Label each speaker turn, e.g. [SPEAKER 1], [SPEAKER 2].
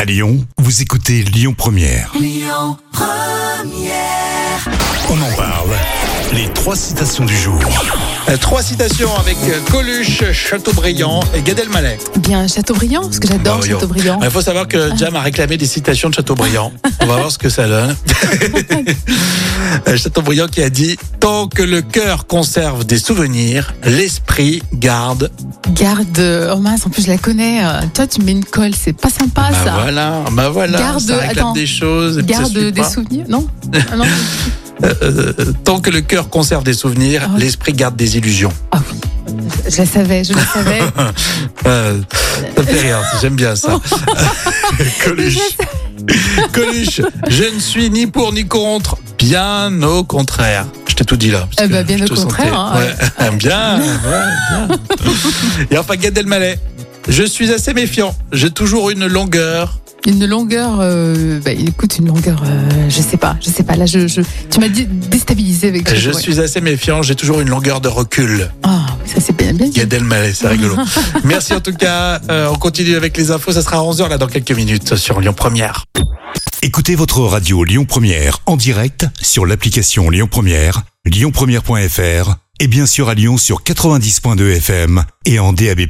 [SPEAKER 1] À Lyon, vous écoutez Lyon Première. On en parle. Les trois citations du jour.
[SPEAKER 2] Euh, Trois citations avec euh, Coluche, Chateaubriand et Gad Elmaleh.
[SPEAKER 3] Bien, Chateaubriand, parce que j'adore
[SPEAKER 2] Mario.
[SPEAKER 3] Chateaubriand.
[SPEAKER 2] Il faut savoir que Jam a réclamé des citations de Chateaubriand. On va voir ce que ça donne. Euh, Chateaubriand qui a dit Tant que le cœur conserve des souvenirs, l'esprit garde.
[SPEAKER 3] Garde, euh, oh mince, en plus je la connais. euh, Toi, tu mets une colle, c'est pas
[SPEAKER 2] Bah
[SPEAKER 3] sympa Ah, ça.
[SPEAKER 2] voilà, bah voilà.
[SPEAKER 3] Garde-
[SPEAKER 2] ça réclame
[SPEAKER 3] attends.
[SPEAKER 2] des choses. et puis ça
[SPEAKER 3] Garde
[SPEAKER 2] suit
[SPEAKER 3] des
[SPEAKER 2] pas.
[SPEAKER 3] souvenirs, non Ah non.
[SPEAKER 2] Euh, euh, Tant que le cœur conserve des souvenirs,
[SPEAKER 3] Ah ouais.
[SPEAKER 2] l'esprit garde des illusions.
[SPEAKER 3] Je la savais, je la savais.
[SPEAKER 2] Euh, ça fait rire, j'aime bien ça. Coluche. Coluche, je ne suis ni pour ni contre, bien au contraire. Je t'ai tout dit là. parce
[SPEAKER 3] Eh
[SPEAKER 2] que
[SPEAKER 3] ben, bien
[SPEAKER 2] je
[SPEAKER 3] au
[SPEAKER 2] te
[SPEAKER 3] contraire,
[SPEAKER 2] sentais.
[SPEAKER 3] hein,
[SPEAKER 2] Ouais. bien, ouais, bien. Et enfin, Gad Elmaleh, je suis assez méfiant. J'ai toujours une longueur.
[SPEAKER 3] Une longueur, euh, bah, écoute, une longueur, euh, je sais pas, je sais pas. Là, je, je- tu m'as dit déstabilisé avec
[SPEAKER 2] Je
[SPEAKER 3] ouais.
[SPEAKER 2] suis assez méfiant. J'ai toujours une longueur de recul.
[SPEAKER 3] Ah, ça c'est bien, bien. dit.
[SPEAKER 2] Gad Elmaleh, c'est rigolo. Merci en tout cas. Euh, on continue avec les infos. Ça sera à 11h là dans quelques minutes sur Lyon Première.
[SPEAKER 1] Écoutez votre radio Lyon Première en direct sur l'application Lyon Première, lyonpremière.fr et bien sûr à Lyon sur 90.2 FM et en DAB+.